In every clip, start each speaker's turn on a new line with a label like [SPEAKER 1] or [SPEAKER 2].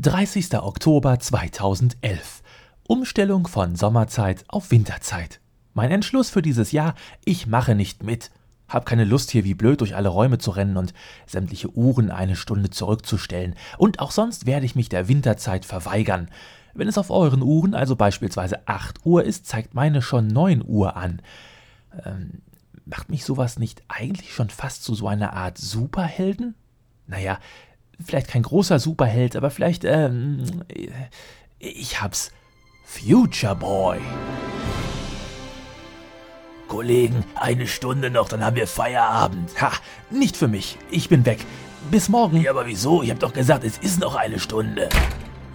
[SPEAKER 1] 30. Oktober 2011. Umstellung von Sommerzeit auf Winterzeit. Mein Entschluss für dieses Jahr, ich mache nicht mit. Hab keine Lust hier wie blöd durch alle Räume zu rennen und sämtliche Uhren eine Stunde zurückzustellen. Und auch sonst werde ich mich der Winterzeit verweigern. Wenn es auf euren Uhren also beispielsweise 8 Uhr ist, zeigt meine schon 9 Uhr an. Ähm, macht mich sowas nicht eigentlich schon fast zu so einer Art Superhelden? Naja, vielleicht kein großer Superheld, aber vielleicht, ähm, ich hab's. Future Boy. Kollegen, eine Stunde noch, dann haben wir Feierabend. Ha, nicht für mich. Ich bin weg. Bis morgen. Ja, aber wieso? Ich hab doch gesagt, es ist noch eine Stunde.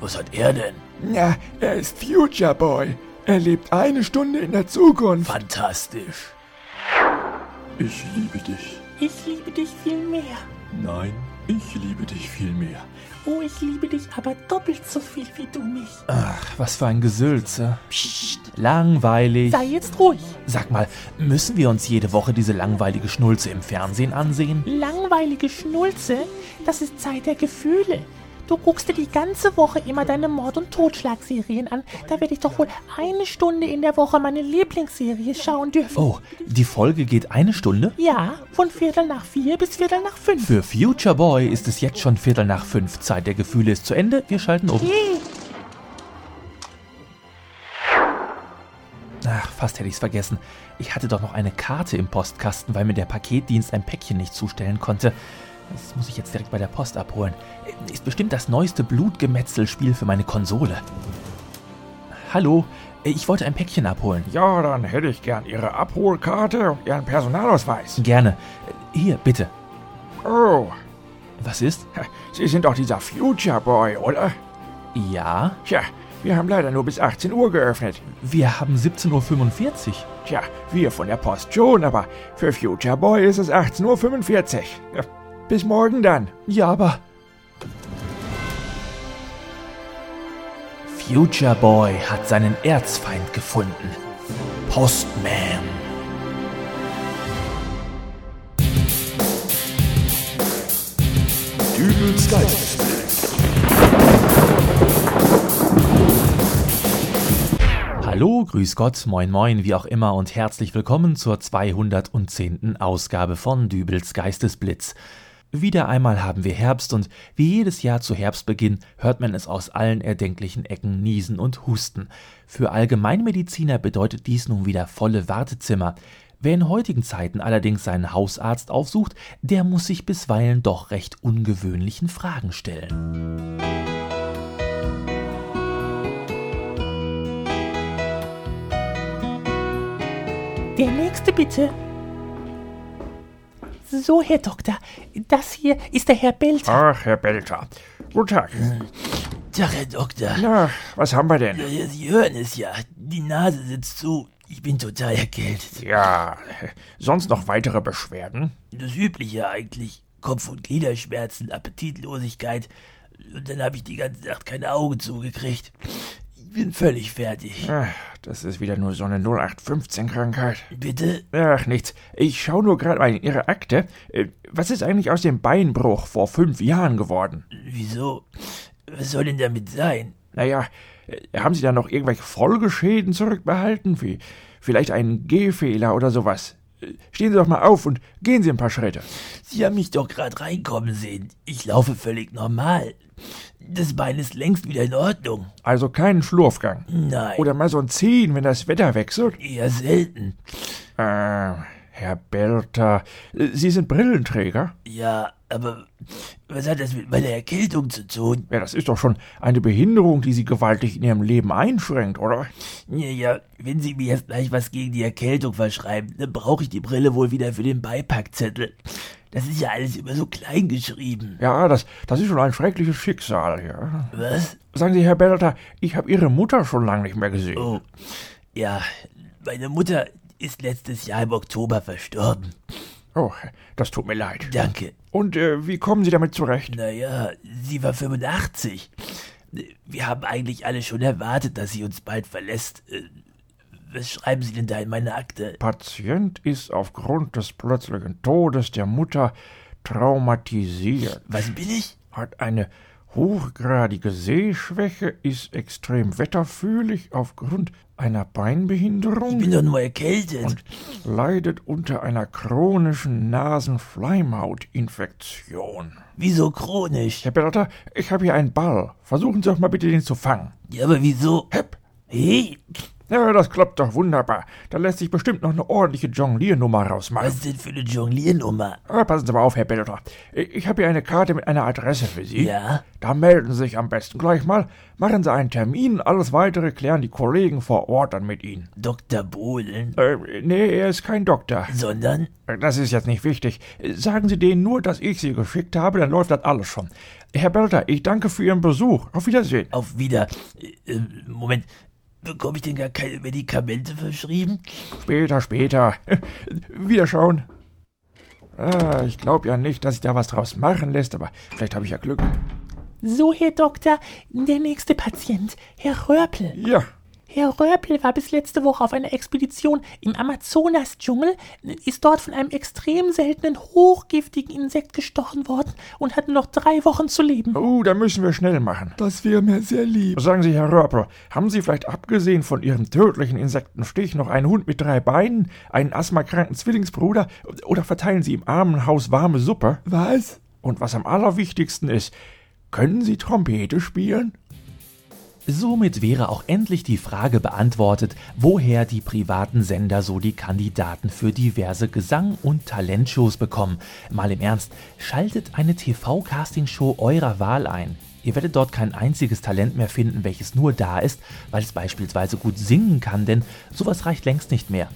[SPEAKER 1] Was hat er denn?
[SPEAKER 2] Na, er ist Future Boy. Er lebt eine Stunde in der Zukunft.
[SPEAKER 1] Fantastisch.
[SPEAKER 3] Ich liebe dich.
[SPEAKER 4] Ich liebe dich viel mehr.
[SPEAKER 3] Nein, ich liebe dich viel mehr.
[SPEAKER 4] Oh, ich liebe dich aber doppelt so viel wie du mich.
[SPEAKER 1] Ach, was für ein Gesülze. Psst, langweilig.
[SPEAKER 4] Sei jetzt ruhig.
[SPEAKER 1] Sag mal, müssen wir uns jede Woche diese langweilige Schnulze im Fernsehen ansehen?
[SPEAKER 4] Langweilige Schnulze, das ist Zeit der Gefühle. Du guckst dir die ganze Woche immer deine Mord- und Totschlagserien an. Da werde ich doch wohl eine Stunde in der Woche meine Lieblingsserie schauen dürfen.
[SPEAKER 1] Oh, die Folge geht eine Stunde?
[SPEAKER 4] Ja, von Viertel nach vier bis Viertel nach fünf.
[SPEAKER 1] Für Future Boy ist es jetzt schon Viertel nach fünf. Zeit der Gefühle ist zu Ende. Wir schalten um.
[SPEAKER 4] Yay.
[SPEAKER 1] Ach, fast hätte ich's vergessen. Ich hatte doch noch eine Karte im Postkasten, weil mir der Paketdienst ein Päckchen nicht zustellen konnte. Das muss ich jetzt direkt bei der Post abholen. Ist bestimmt das neueste Blutgemetzelspiel für meine Konsole. Hallo, ich wollte ein Päckchen abholen.
[SPEAKER 2] Ja, dann hätte ich gern Ihre Abholkarte und Ihren Personalausweis.
[SPEAKER 1] Gerne. Hier, bitte.
[SPEAKER 2] Oh,
[SPEAKER 1] Was ist?
[SPEAKER 2] Sie sind doch dieser Future Boy, oder?
[SPEAKER 1] Ja,
[SPEAKER 2] Tja, wir haben leider nur bis 18 Uhr geöffnet.
[SPEAKER 1] wir haben 17.45 Uhr.
[SPEAKER 2] Tja, wir von der Post schon, aber für Future Boy ist es 18.45 Uhr. Ja, Bis morgen dann.
[SPEAKER 1] Ja, aber. Future Boy hat seinen Erzfeind gefunden. Postman.
[SPEAKER 3] Dübels Geistesblitz.
[SPEAKER 1] Hallo, grüß Gott, moin moin, wie auch immer und herzlich willkommen zur 210. Ausgabe von Dübels Geistesblitz. Wieder einmal haben wir Herbst und wie jedes Jahr zu Herbstbeginn hört man es aus allen erdenklichen Ecken niesen und husten. Für Allgemeinmediziner bedeutet dies nun wieder volle Wartezimmer. Wer in heutigen Zeiten allerdings seinen Hausarzt aufsucht, der muss sich bisweilen doch recht ungewöhnlichen Fragen stellen.
[SPEAKER 4] Der nächste bitte. So, Herr Doktor, das hier ist der Herr Belter.
[SPEAKER 2] Ach, Herr Belter. Guten Tag.
[SPEAKER 5] Tag, Herr Doktor.
[SPEAKER 2] Na, was haben wir denn?
[SPEAKER 5] Ja, Sie hören es ja. Die Nase sitzt zu. Ich bin total erkältet.
[SPEAKER 2] Ja, sonst noch weitere Beschwerden?
[SPEAKER 5] Das Übliche eigentlich. Kopf- und Gliederschmerzen, Appetitlosigkeit. Und dann habe ich die ganze Nacht keine Augen zugekriegt. Ich bin völlig fertig.
[SPEAKER 2] Ach, Das ist wieder nur so eine 0815-Krankheit.
[SPEAKER 5] Bitte?
[SPEAKER 2] Ach, nichts. Ich schaue nur gerade mal in Ihre Akte. Äh, Was ist eigentlich aus dem Beinbruch vor fünf Jahren geworden?
[SPEAKER 5] Wieso? Was soll denn damit sein?
[SPEAKER 2] Naja, äh, haben Sie da noch irgendwelche Folgeschäden zurückbehalten? Wie vielleicht einen Gehfehler oder sowas? Äh, Stehen Sie doch mal auf und gehen Sie ein paar Schritte.
[SPEAKER 5] Sie haben mich doch gerade reinkommen sehen. Ich laufe völlig normal. Das Bein ist längst wieder in Ordnung.
[SPEAKER 2] Also keinen Schlurfgang.
[SPEAKER 5] Nein.
[SPEAKER 2] Oder mal so ein Ziehen, wenn das Wetter wechselt.
[SPEAKER 5] eher selten.
[SPEAKER 2] Äh, Herr Belter, äh, Sie sind Brillenträger?
[SPEAKER 5] Ja, aber was hat das mit meiner Erkältung zu tun?
[SPEAKER 2] Ja, das ist doch schon eine Behinderung, die Sie gewaltig in Ihrem Leben einschränkt, oder?
[SPEAKER 5] Ja, ja, wenn Sie mir jetzt gleich was gegen die Erkältung verschreiben, dann brauche ich die Brille wohl wieder für den Beipackzettel. Das ist ja alles immer so klein geschrieben.
[SPEAKER 2] Ja, das, das ist schon ein schreckliches Schicksal, ja.
[SPEAKER 5] Was?
[SPEAKER 2] Sagen Sie, Herr Belter, ich habe Ihre Mutter schon lange nicht mehr gesehen.
[SPEAKER 5] Oh, ja, meine Mutter ist letztes Jahr im Oktober verstorben.
[SPEAKER 2] Oh, das tut mir leid.
[SPEAKER 5] Danke.
[SPEAKER 2] Und äh, wie kommen Sie damit zurecht?
[SPEAKER 5] Naja, sie war 85. Wir haben eigentlich alle schon erwartet, dass sie uns bald verlässt. Äh, Was schreiben Sie denn da in meine Akte?
[SPEAKER 2] Patient ist aufgrund des plötzlichen Todes der Mutter traumatisiert,
[SPEAKER 5] Was bin ich?
[SPEAKER 2] hat eine Hochgradige Sehschwäche ist extrem wetterfühlig aufgrund einer Beinbehinderung.
[SPEAKER 5] Ich bin doch nur erkältet.
[SPEAKER 2] und leidet unter einer chronischen Nasenschleimhautinfektion.
[SPEAKER 5] wieso chronisch?
[SPEAKER 2] Herr Berater, ich habe hier einen Ball. Versuchen Sie doch mal bitte, den zu fangen.
[SPEAKER 5] Ja, aber wieso?
[SPEAKER 2] Hepp.
[SPEAKER 5] Hey,
[SPEAKER 2] Ja, das klappt doch wunderbar. Da lässt sich bestimmt noch eine ordentliche Jongliernummer
[SPEAKER 5] was
[SPEAKER 2] rausmachen.
[SPEAKER 5] ist denn für eine Jongliernummer?
[SPEAKER 2] Aber passen Sie mal auf, Herr Berater. Ich habe hier eine Karte mit einer Adresse für Sie.
[SPEAKER 5] Ja?
[SPEAKER 2] Da melden Sie sich am besten gleich mal. Machen Sie einen Termin. Alles Weitere klären die Kollegen vor Ort dann mit Ihnen.
[SPEAKER 5] Dr. Bohlen?
[SPEAKER 2] Äh, nee, er ist kein Doktor.
[SPEAKER 5] Sondern?
[SPEAKER 2] Das ist jetzt nicht wichtig. Sagen Sie denen nur, dass ich Sie geschickt habe, dann läuft das alles schon. Herr Belter, ich danke für Ihren Besuch. Auf Wiedersehen.
[SPEAKER 5] Auf wieder. Äh, äh, Moment, bekomme ich denn gar keine Medikamente verschrieben?
[SPEAKER 2] Später, später. Wiederschauen. Ah, ich glaube ja nicht, dass sich da was draus machen lässt, aber vielleicht habe ich ja Glück.
[SPEAKER 4] So, Herr Doktor, der nächste Patient, Herr Röpel.
[SPEAKER 2] Ja,
[SPEAKER 4] Herr Röpel war bis letzte Woche auf einer Expedition im Amazonas-Dschungel, ist dort von einem extrem seltenen, hochgiftigen Insekt gestochen worden und hatte noch drei Wochen zu leben.
[SPEAKER 2] oh, da müssen wir schnell machen.
[SPEAKER 3] Das wäre mir sehr lieb.
[SPEAKER 2] Sagen Sie, Herr Röpel, haben Sie vielleicht abgesehen von Ihrem tödlichen Insektenstich noch einen Hund mit drei Beinen, einen asthmakranken Zwillingsbruder oder verteilen Sie im Armenhaus warme Suppe?
[SPEAKER 3] Was?
[SPEAKER 2] Und was am allerwichtigsten ist, können Sie Trompete spielen?
[SPEAKER 1] Somit wäre auch endlich die Frage beantwortet, woher die privaten Sender so die Kandidaten für diverse Gesang- und Talentshows bekommen. Mal im Ernst, schaltet eine TV-Castingshow eurer Wahl ein. Ihr werdet dort kein einziges Talent mehr finden, welches nur da ist, weil es beispielsweise gut singen kann, denn sowas reicht längst nicht mehr.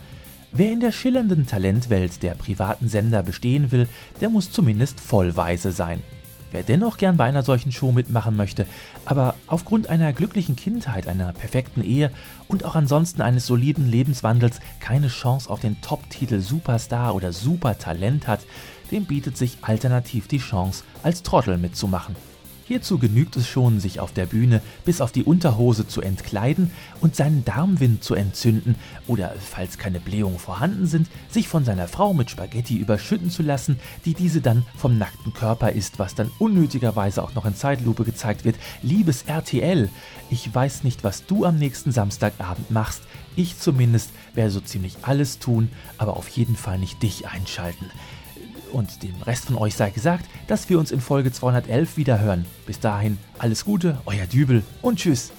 [SPEAKER 1] Wer in der schillernden Talentwelt der privaten Sender bestehen will, der muss zumindest vollweise sein. Wer dennoch gern bei einer solchen Show mitmachen möchte, aber aufgrund einer glücklichen Kindheit, einer perfekten Ehe und auch ansonsten eines soliden Lebenswandels keine Chance auf den Top-Titel Superstar oder Supertalent hat, dem bietet sich alternativ die Chance, als Trottel mitzumachen. Hierzu genügt es schon, sich auf der Bühne bis auf die Unterhose zu entkleiden und seinen Darmwind zu entzünden oder, falls keine Blähungen vorhanden sind, sich von seiner Frau mit Spaghetti überschütten zu lassen, die diese dann vom nackten Körper isst, was dann unnötigerweise auch noch in Zeitlupe gezeigt wird. Liebes RTL, ich weiß nicht, was du am nächsten Samstagabend machst. Ich zumindest werde so ziemlich alles tun, aber auf jeden Fall nicht dich einschalten. Und dem Rest von euch sei gesagt, dass wir uns in Folge 211 wiederhören. Bis dahin, alles Gute, euer Dübel und tschüss.